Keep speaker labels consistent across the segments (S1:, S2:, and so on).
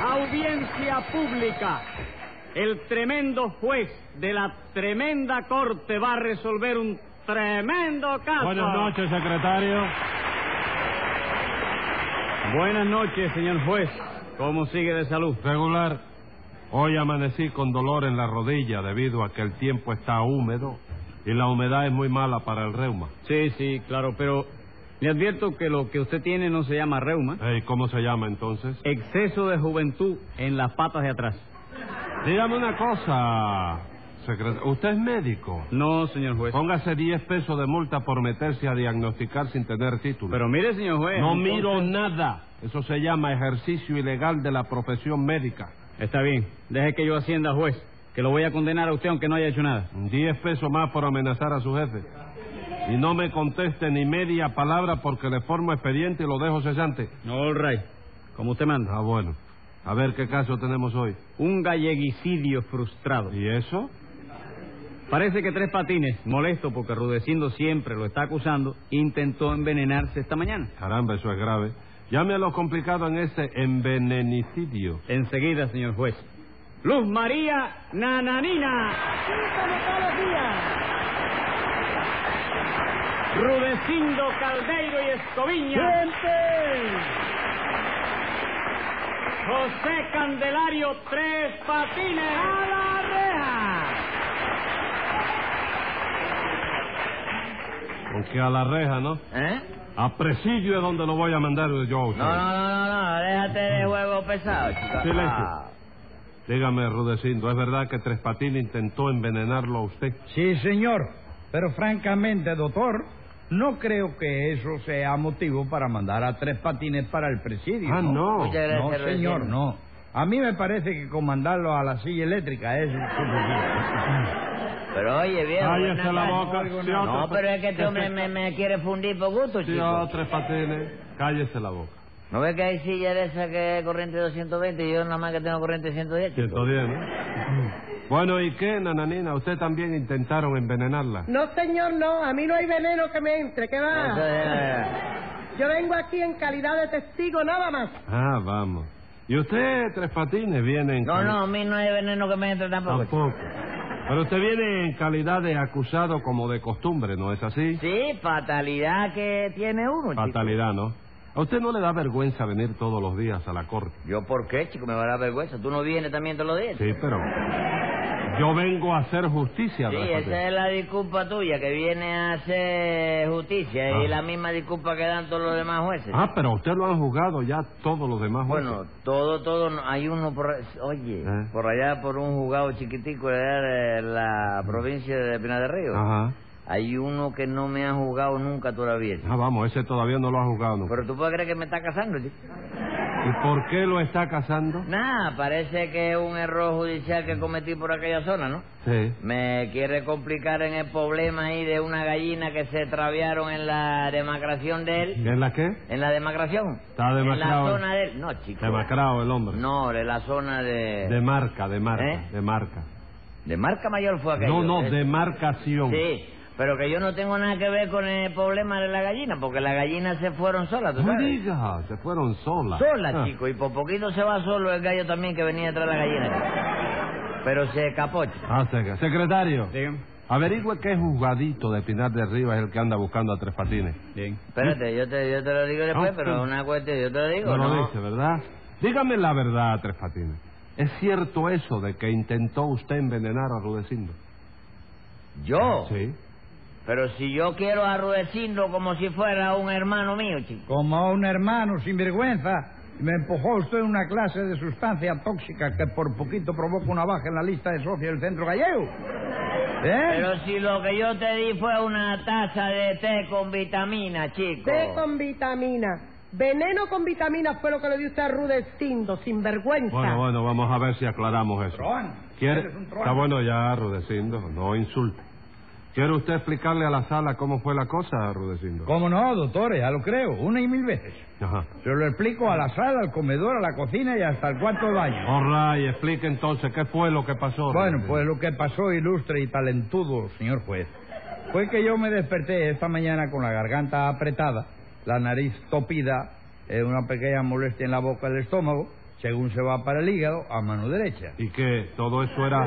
S1: Audiencia pública. El tremendo juez de la tremenda corte va a resolver un tremendo caso.
S2: Buenas noches, secretario.
S1: Buenas noches, señor juez. ¿Cómo sigue de salud?
S2: Regular. Hoy amanecí con dolor en la rodilla debido a que el tiempo está húmedo y la humedad es muy mala para el reuma.
S1: Sí, sí, claro, pero le advierto que lo que usted tiene no se llama reuma.
S2: Ey, ¿Cómo se llama entonces?
S1: Exceso de juventud en las patas de atrás.
S2: Dígame una cosa, secretario. ¿Usted es médico?
S1: No, señor juez.
S2: Póngase 10 pesos de multa por meterse a diagnosticar sin tener título.
S1: Pero mire, señor juez.
S2: no
S1: entonces-
S2: miro nada. Eso se llama ejercicio ilegal de la profesión médica.
S1: Está bien. Deje que yo hacienda, juez. Que lo voy a condenar a usted aunque no haya hecho nada.
S2: 10 pesos más por amenazar a su jefe. Y no me conteste ni media palabra porque le formo expediente y lo dejo cesante.
S1: All right. Como usted manda.
S2: Ah, bueno. A ver qué caso tenemos hoy.
S1: Un galleguicidio frustrado.
S2: ¿Y eso?
S1: Parece que Tres Patines, molesto porque Rudecindo siempre lo está acusando, intentó envenenarse esta mañana.
S2: Caramba, eso es grave. Llame a lo complicado en ese envenenicidio.
S1: Enseguida, señor juez. Luz María Nananina. Rudecindo Caldeiro y Escoviña. José Candelario Tres Patines. ¡A la reja!
S2: Aunque a la reja, ¿no?
S3: ¿Eh?
S2: A Presillo es donde lo voy a mandar yo. a usted.
S3: No, no, no, no, no, déjate de huevo pesado, chico.
S2: Silencio.
S3: Ah,
S2: Dígame, Rudecindo, ¿es verdad que Tres Patines intentó envenenarlo a usted?
S4: Sí, señor. Pero francamente, doctor, no creo que eso sea motivo para mandar a tres patines para el presidio.
S2: Ah, no.
S3: Muchas gracias,
S4: No, señor,
S3: Rudecindo.
S4: no. A mí me parece que con mandarlo a la silla eléctrica es suficiente.
S3: Pero oye, viejo.
S2: Cállese
S3: buena
S2: la
S3: paz.
S2: boca. Sí,
S3: No,
S2: otra-
S3: pero es que este hombre me, me quiere fundir por gusto,
S2: Sí, oh.
S3: chico.
S2: a Tres Patines, cállese la boca.
S3: ¿No ves que hay silla de esa que es corriente 220 y yo nada más que tengo corriente 110? chico?
S2: 110, ¿no? Bueno, ¿y qué, Nananina? ¿Usted también intentaron envenenarla?
S5: No, señor, no. A mí no hay veneno que me entre. ¿Qué
S3: Eso
S5: va?
S3: es-
S5: Yo vengo aquí en calidad de testigo, nada más.
S2: Ah, vamos. ¿Y usted, Tres Patines, viene en...
S3: No,
S2: cali-
S3: no, pues. a mí no hay veneno que me entre tampoco. chico.
S2: Tampoco. Pero usted viene en calidad de acusado como de costumbre, ¿no es así?
S3: Sí, fatalidad que tiene uno, chico.
S2: Fatalidad, ¿no? ¿A usted no le da vergüenza venir todos los días a la corte?
S3: ¿Yo por qué, chico? Me va a dar vergüenza. ¿Tú no vienes también todos los días?
S2: Sí, pero... Yo vengo a hacer justicia,
S3: Sí,
S2: Tres Patines.
S3: esa es la disculpa tuya, que viene a hacer justicia
S2: Ah.
S3: y la misma disculpa que dan todos los demás jueces.
S2: Ah, pero a usted lo han juzgado ya todos los demás jueces.
S3: Bueno, todo, todo, no- hay uno por, oye,
S2: Ah.
S3: por allá por un juzgado chiquitico allá de la provincia de Pinar del Río.
S2: Ajá.
S3: Hay uno que no me ha juzgado nunca todavía. chico.
S2: Ah, vamos, ese todavía no lo ha juzgado nunca.
S3: Pero tú puedes creer que me está casando, chico.
S2: ¿Y por qué lo está casando?
S3: Nada, parece que es un error judicial que cometí por aquella zona, ¿no?
S2: Sí.
S3: Me quiere complicar en el problema ahí de una gallina que se traviaron en la demacración de él.
S2: ¿En la qué?
S3: ¿En la demacración?
S2: Está demacrado.
S3: En la zona de... No, chico.
S2: Demacrado el hombre.
S3: No, de la zona de...
S2: De marca, de marca,
S3: ¿Eh?
S2: de marca.
S3: de marca mayor fue
S2: No,
S3: aquello.
S2: no,
S3: Eh,
S2: demarcación.
S3: Sí, pero que yo no tengo nada que ver con el problema de la gallina, porque las gallinas se fueron solas, ¿tú
S2: No
S3: sabes?
S2: diga, se fueron solas.
S3: Solas,
S2: Ah,
S3: chico, y por poquito se va solo el gallo también que venía detrás de la gallina. Pero se escapó, chico.
S2: Ah, sec- secretario,
S1: Dígame.
S2: averigüe qué juzgadito de Pinar de Rivas es el que anda buscando a Tres Patines.
S1: Bien.
S3: Espérate, yo te, yo te lo digo después,
S2: Ah, sí.
S3: pero una cuestión, yo te lo digo,
S2: No
S3: ¿no?
S2: lo dice, ¿verdad? Dígame la verdad, Tres Patines. ¿Es cierto eso de que intentó usted envenenar a Rudecindo?
S3: Yo,
S2: Sí.
S3: pero si yo quiero a Rudecindo como si fuera un hermano mío, chico.
S4: Como a un hermano sin vergüenza, me empujó usted una clase de sustancia tóxica que por poquito provoca una baja en la lista de socios del centro gallego. ¿Eh?
S3: Pero si lo que yo te di fue una taza de té con vitamina, chico.
S5: Té con vitamina. Veneno con vitamina fue lo que le dio usted a Rudecindo, sin vergüenza.
S2: Bueno, bueno, vamos a ver si aclaramos eso.
S4: Truán.
S2: ¿Quiere...
S4: Eres un truán.
S2: Está bueno ya, Rudecindo, no insulte. ¿Quiere usted explicarle a la sala cómo fue la cosa, Rudecindo?
S4: ¿Cómo no, doctor? Ya lo creo, una y mil veces.
S2: Ajá.
S4: Se lo explico a la sala, al comedor, a la cocina y hasta el cuarto de baño.
S2: All right, explique entonces qué fue lo que pasó.
S4: Bueno,
S2: Rudecindo?
S4: pues lo que pasó, ilustre y talentudo, señor juez, fue que yo me desperté esta mañana con la garganta apretada, la nariz topida, eh, una pequeña molestia en la boca y el estómago, según se va para el hígado, a mano derecha.
S2: Y que todo eso era...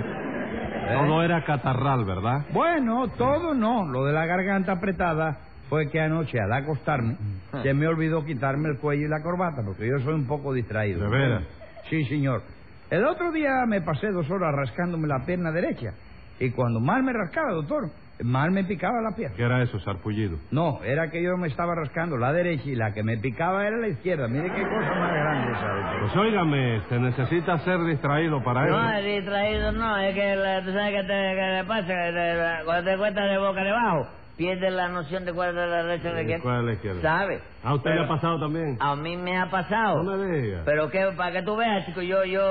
S4: ¿Eh?
S2: Todo era catarral, ¿verdad?
S4: Bueno, todo no. Lo de la garganta apretada fue que anoche al acostarme
S2: Ah.
S4: se me olvidó quitarme el cuello y la corbata, porque yo soy un poco distraído.
S2: ¿De veras?
S4: Sí, señor. El otro día me pasé dos horas rascándome la pierna derecha. Y cuando más me rascaba, doctor, más me picaba la pierna.
S2: ¿Qué era eso, sarpullido?
S4: No, era que yo me estaba rascando la derecha y la que me picaba era la izquierda. Mire qué cosa más grande esa, doctor.
S2: Pues óigame, se necesita ser distraído
S3: No, eh,
S2: para Ah, eso.
S3: es distraído no, es que la- tú sabes que te, que le pasa, que te- cuando te cuentas de boca debajo, pierdes la noción de cuál es la derecha de
S2: ¿Y
S3: quién.
S2: cuál es la izquierda?
S3: ¿Sabe?
S2: ¿A usted le
S3: Pero-
S2: ha pasado también?
S3: A mí me ha pasado.
S2: No me diga.
S3: Pero que, para que tú veas, chico, yo yo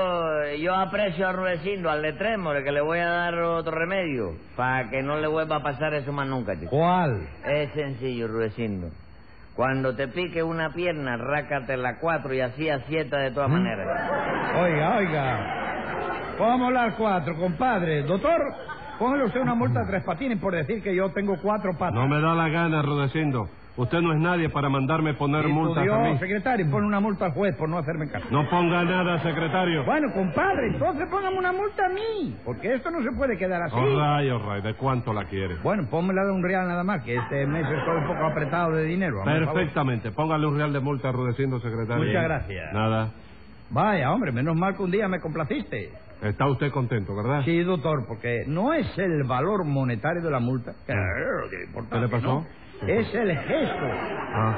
S3: yo aprecio a Rudecindo, al letremo, que le voy a dar otro remedio, para que no le vuelva a pasar eso más nunca, chico.
S4: ¿Cuál?
S3: Es sencillo, Rudecindo. Cuando te pique una pierna, rácate la cuatro y así acierta de
S2: ¿Mm?
S3: todas maneras.
S4: Oiga, oiga. Vamos a las cuatro, compadre. Doctor, póngale usted una multa a tres patines por decir que yo tengo cuatro patas.
S2: No me da la gana, Rudecindo. Usted no es nadie para mandarme poner
S4: Y
S2: multas
S4: tu
S2: a
S4: Dios,
S2: mí.
S4: secretario, pone una multa al juez por no hacerme caso.
S2: No ponga nada, secretario.
S4: Bueno, compadre, entonces póngame una multa a mí, porque esto no se puede quedar así.
S2: All right, all right. ¿De cuánto la quiere?
S4: Bueno, pónmela de un real nada más, que este mes estoy un poco apretado de dinero. hazme el favor.
S2: Perfectamente. Póngale un real de multa, Rudecindo, secretario.
S4: Muchas gracias.
S2: Nada.
S4: Vaya, hombre, menos mal que un día me complaciste.
S2: Está usted contento, ¿verdad?
S4: Sí, doctor, porque no es el valor monetario de la multa. Claro, que
S2: Ah. ¿Qué
S4: importante,
S2: le pasó? Ah.
S4: ¿no? Es el gesto.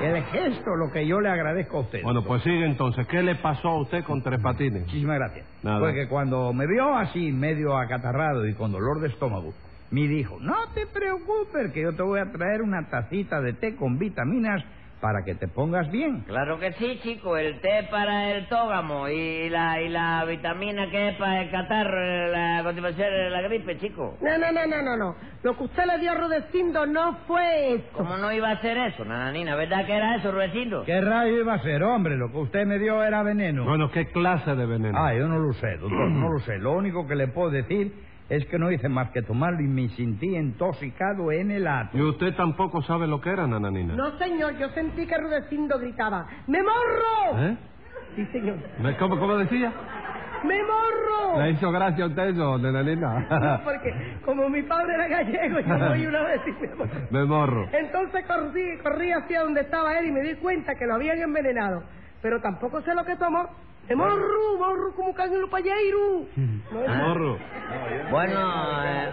S4: El gesto lo que yo le agradezco a usted.
S2: Bueno, pues sigue entonces. ¿Qué le pasó a usted con Tres Patines?
S4: Muchísimas gracias.
S2: Nada.
S4: Porque cuando me vio así, medio acatarrado y con dolor de estómago, me dijo, no te preocupes, que yo te voy a traer una tacita de té con vitaminas para que te pongas bien.
S3: Claro que sí, chico, el té para el tógamo y la, y la vitamina que es para el catarro, eh, la continuación de la gripe, chico.
S5: No, no, no, no, no, no. Lo que usted le dio a Rudecindo no fue eso.
S3: ¿Cómo no iba a ser eso, nananina? ¿Verdad que era eso, Rudecindo?
S4: ¿Qué rayo iba a ser, hombre? Lo que usted me dio era veneno.
S2: Bueno, ¿qué clase de veneno?
S4: Ah, yo no lo sé, doctor, no lo sé. Lo único que le puedo decir es que no hice más que tomarlo y me sentí intoxicado en el ato.
S2: ¿Y usted tampoco sabe lo que era, Nananina?
S5: No, señor, yo sentí que Rudecindo gritaba, ¡Me morro!
S2: ¿Eh?
S5: Sí, señor.
S2: ¿Me- ¿Cómo, cómo decía?
S5: ¡Me morro!
S2: ¿Le hizo gracia a usted eso, Nananina?
S5: Porque como mi padre era gallego, yo voy una vez y me morro.
S2: Me morro.
S5: Entonces corrí, corrí hacia donde estaba él y me di cuenta que lo habían envenenado. Pero tampoco sé lo que tomó. ¡Me morro! ¡Morro como cañulo payeiru! No,
S2: Me morro.
S3: Bueno, eh,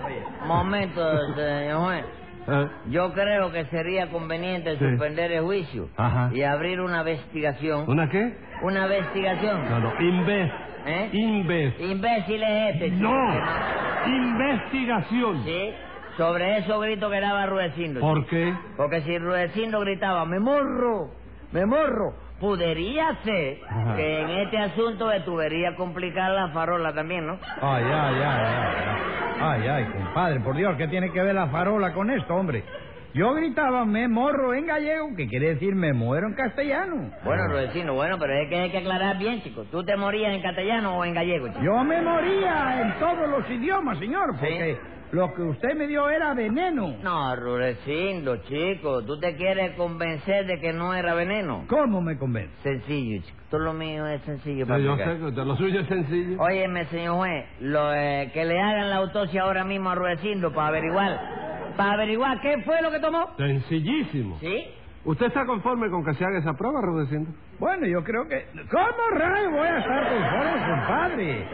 S3: momento, señor juez.
S2: ¿Eh?
S3: Yo creo que sería conveniente
S2: Sí.
S3: suspender el juicio
S2: Ajá.
S3: y abrir una investigación.
S2: ¿Una qué?
S3: Una investigación.
S2: No, no. Inves.
S3: ¿Eh?
S2: Inves.
S3: Imbécil es este. chico, que
S2: No. Investigación.
S3: Sí, sobre esos gritos que daba Rudecindo. chico.
S2: ¿Por qué?
S3: Porque si Rudecindo gritaba, me morro, me morro, podría ser
S2: Ajá.
S3: que en este asunto estuviera complicar la farola también, ¿no?
S4: Ay, ay, ay, ay, ay. Ay, ay, compadre, por Dios, ¿qué tiene que ver la farola con esto, hombre? Yo gritaba me morro en gallego, que quiere decir me muero en castellano.
S3: Bueno, Rudecindo, bueno, pero es que hay que aclarar bien, chicos. ¿Tú te morías en castellano o en gallego, chico?
S4: Yo me moría en todos los idiomas, señor, porque lo que usted me dio era veneno.
S3: No, Rudecindo, chico, tú te quieres convencer de que no era veneno.
S4: ¿Cómo me convence?
S3: Sencillo, chico. Todo lo mío es sencillo para
S2: Sí, yo
S3: explicar.
S2: sé que usted- lo suyo es sencillo.
S3: Óyeme, señor juez, lo, eh, que le hagan la autopsia ahora mismo a Rudecindo para averiguar, para averiguar qué fue lo que tomó.
S2: Sencillísimo.
S3: ¿Sí?
S2: ¿Usted está conforme con que se haga esa prueba, Rudecindo?
S4: Bueno, yo creo que... ¿Cómo rayo voy a estar conforme, compadre?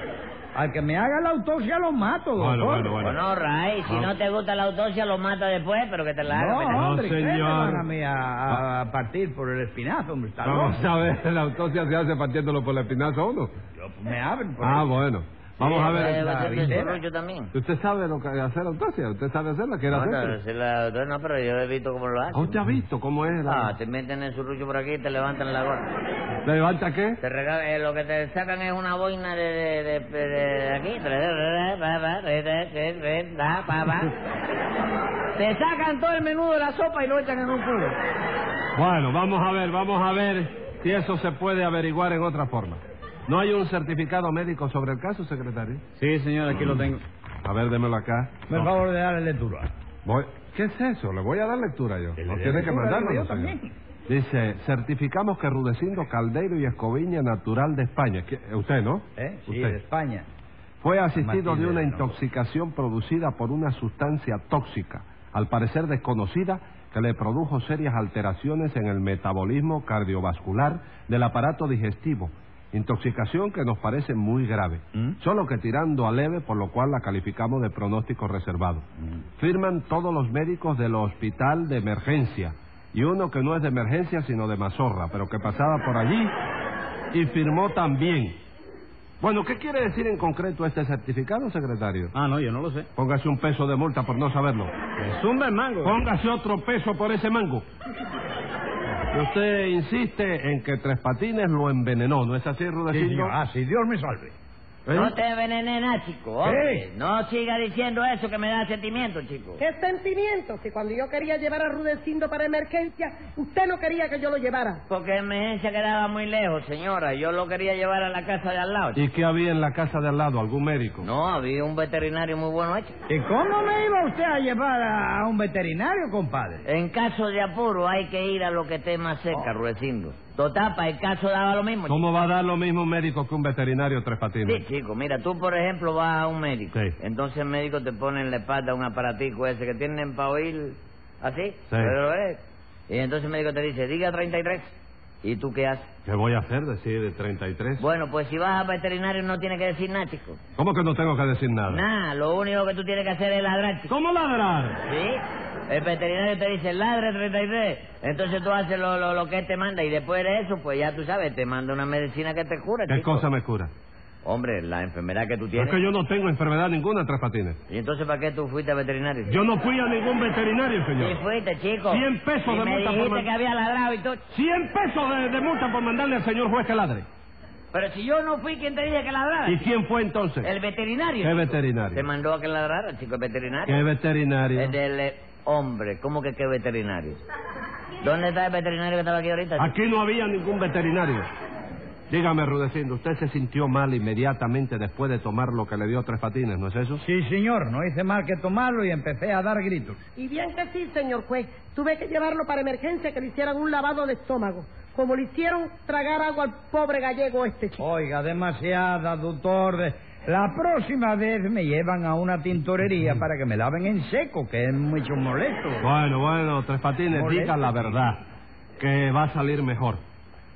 S4: Al que me haga la autopsia lo mato, doctor.
S2: Bueno, bueno, bueno.
S3: Bueno, Ray, si
S2: Ah.
S3: no te gusta la autopsia, lo mata después, pero que te la haga.
S4: No,
S2: No,
S4: hombre, ¿qué
S2: señor. Ah.
S4: me van a, mí a- a partir por el espinazo, hombre? Está
S2: Vamos
S4: loco.
S2: a ver, la autopsia se hace partiéndolo por la espinaza a uno.
S4: Yo- Me abren por
S2: Ah,
S4: ahí.
S2: bueno. Vamos a
S3: Eh,
S2: ver.
S4: la
S3: va a ser
S4: billetera.
S3: su rollo también.
S2: ¿Usted sabe lo que hacer autopsia? ¿Usted sabe hacerla? ¿Quiere
S3: No,
S2: hacerla?
S3: pero si la- no, pero yo he visto cómo lo
S2: Ah,
S3: hacen.
S2: ¿Usted ha visto cómo es la...
S3: Ah, te meten el surrucho por aquí y te levantan la gorra.
S2: ¿Le levanta qué?
S3: Te rega- eh, lo que te sacan es una boina de, de, de, de- de aquí. Te sacan todo el menudo de la sopa y lo echan en un culo.
S2: Bueno, vamos a ver, vamos a ver si eso se puede averiguar en otra forma. ¿No hay un certificado médico sobre el caso, secretario?
S1: Sí, señor, aquí lo tengo.
S2: A ver, démelo acá.
S4: Me favor de darle lectura.
S2: Voy- ¿Qué es eso? Le voy a dar lectura yo.
S4: Le
S2: No
S4: daré
S2: tiene que
S4: lectura, digo
S2: mandármelo,
S4: yo
S2: señor.
S4: también.
S2: Dice, certificamos que Rudecindo Caldeiro y Escoviña, natural de España. ¿Qui- ¿Usted, no?
S4: ¿Eh? Sí,
S2: Usted.
S4: de España.
S2: Fue asistido
S4: Matilde,
S2: de una
S4: no.
S2: intoxicación producida por una sustancia tóxica, al parecer desconocida, que le produjo serias alteraciones en el metabolismo cardiovascular del aparato digestivo. Intoxicación que nos parece muy grave,
S4: ¿Mm?
S2: solo que tirando a leve, por lo cual la calificamos de pronóstico reservado. Firman todos los médicos del hospital de emergencia, y uno que no es de emergencia sino de mazorra, pero que pasaba por allí y firmó también. Bueno, ¿qué quiere decir en concreto este certificado, secretario?
S1: Ah, no, yo no lo sé.
S2: Póngase un peso de multa por no saberlo.
S1: Zumba el mango.
S2: Póngase otro peso por ese mango. Y usted insiste en que Tres Patines lo envenenó, ¿no es así,
S4: Sí,
S2: Rudecindo?
S4: señor. Ah, sí, Dios me salve.
S2: ¿Eh?
S3: No te envenenes, chico. hombre.
S4: ¿Qué?
S3: No siga diciendo eso que me da sentimiento, chico.
S5: ¿Qué sentimiento? Si cuando yo quería llevar a Rudecindo para emergencia, usted no quería que yo lo llevara.
S3: Porque emergencia quedaba muy lejos, señora. Yo lo quería llevar a la casa de al lado. chico.
S2: ¿Y qué había en la casa de al lado? ¿Algún médico?
S3: No, había un veterinario muy bueno ¿eh? hecho.
S4: ¿Y cómo me iba usted a llevar a un veterinario, compadre?
S3: En caso de apuro hay que ir a lo que esté más cerca, Rudecindo. Total, para el caso daba lo mismo.
S2: Oh. ¿Cómo va a dar lo mismo un médico que un veterinario Tres Patines?
S3: Sí, chico, mira, tú por ejemplo vas a un médico.
S2: Sí.
S3: Entonces el médico te pone en la espalda un aparatico ese que tienen para oír así.
S2: Sí.
S3: Pero es. Y entonces el médico te dice, diga 33. ¿Y tú qué haces?
S2: ¿Qué voy a hacer? Decir de 33.
S3: Bueno, pues si vas a veterinario no tienes que decir nada, chico.
S2: ¿Cómo que no tengo que decir nada?
S3: Nada, lo único que tú tienes que hacer es ladrar, chico.
S2: ¿Cómo ladrar?
S3: ¿Sí? El veterinario te dice, ladre 33. Entonces tú haces lo, lo, lo que él te manda y después de eso, pues ya tú sabes, te manda una medicina que te cura,
S2: ¿Qué
S3: chico.
S2: cosa me cura?
S3: Hombre, la enfermedad que tú
S2: Es
S3: tienes.
S2: que yo no tengo enfermedad ninguna, Tres Patines.
S3: ¿Y entonces para qué tú fuiste a veterinario?
S2: Yo no fui a ningún veterinario,
S3: Sí
S2: señor.
S3: fuiste, chico.
S2: Cien pesos
S3: Y
S2: de
S3: me
S2: multa por
S3: dijiste
S2: man-
S3: que había ladrado y todo.
S2: 100 pesos de, de multa por mandarle al señor juez que ladre.
S3: Pero si yo no fui quien te dije que ladrara.
S2: ¿Y quién fue entonces?
S3: El veterinario.
S2: ¿Qué
S3: chico. Te
S2: veterinario?
S3: mandó a que ladrara, chico, el veterinario.
S2: ¿Qué veterinario?
S3: El del eh, hombre. ¿Cómo que qué veterinario? ¿Dónde está el veterinario que estaba aquí ahorita? chico?
S2: Aquí no había ningún veterinario. Dígame, Rudecindo, usted se sintió mal inmediatamente después de tomar lo que le dio tres patines, ¿no es eso?
S4: Sí, señor, no hice más que tomarlo y empecé a dar gritos.
S5: Y bien que sí, señor juez. Tuve que llevarlo para emergencia que le hicieran un lavado de estómago. Como le hicieron tragar agua al pobre gallego este chico.
S4: Oiga, demasiada, doctor. De- La próxima vez me llevan a una tintorería para que me laven en seco, que es mucho molesto.
S2: Bueno, bueno, tres patines,
S4: Molesta.
S2: diga la verdad, que va a salir mejor.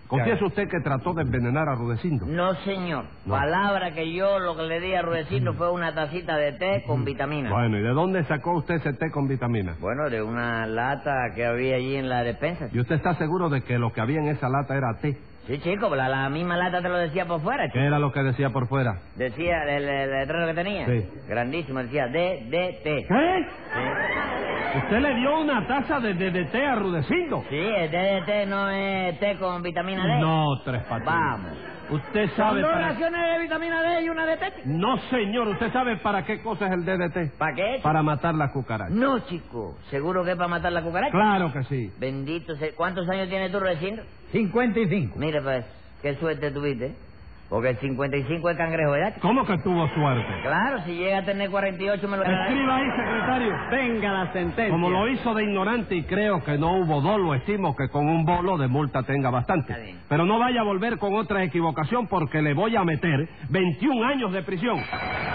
S2: Confiesa
S4: Ya.
S2: usted que trató de envenenar a Rudecindo.
S3: No, señor.
S2: No. Mm.
S3: Palabra que yo lo que le di a Rudecindo fue una tacita de té con vitamina.
S2: Bueno, ¿y de dónde sacó usted ese té con vitaminas?
S3: Bueno, de una lata que había allí en la despensa.
S2: ¿Y usted está seguro de que lo que había en esa lata era té?
S3: Sí, chico, la, la misma lata te lo decía por fuera, chico.
S2: ¿Qué era lo que decía por fuera?
S3: Decía el, el letrero que tenía.
S2: Sí.
S3: Grandísimo, decía DDT.
S2: ¿Qué?
S3: Sí.
S2: ¿Usted le dio una taza de, de, de té a Rudecindo?
S3: Sí, el DDT no es té con vitamina D.
S2: No, tres patines.
S3: Vamos.
S2: Usted
S3: Son
S2: sabe
S3: dos
S2: para...
S3: raciones de vitamina D y una de té. chico.
S2: No, señor, ¿usted sabe para qué cosa es el DDT?
S3: ¿Para qué? chico?
S2: Para matar la cucaracha.
S3: No, chico. ¿Seguro que es para matar la cucaracha?
S2: Claro que sí.
S3: Bendito sea. ¿Cuántos años tienes tú, Rudecindo?
S4: 55.
S3: Mire, pues, qué suerte tuviste. ¿eh? Porque el 55 es cangrejo, ¿verdad? chico?
S2: ¿Cómo que tuvo suerte?
S3: Claro, si llega a tener 48 me lo quedará.
S2: Escriba ahí, secretario.
S1: Venga la sentencia.
S2: Como lo hizo de ignorante y creo que no hubo dolo, estimo que con un bolo de multa tenga
S3: Está
S2: bastante.
S3: bien.
S2: Pero no vaya a volver con otra equivocación porque le voy a meter 21 años de prisión.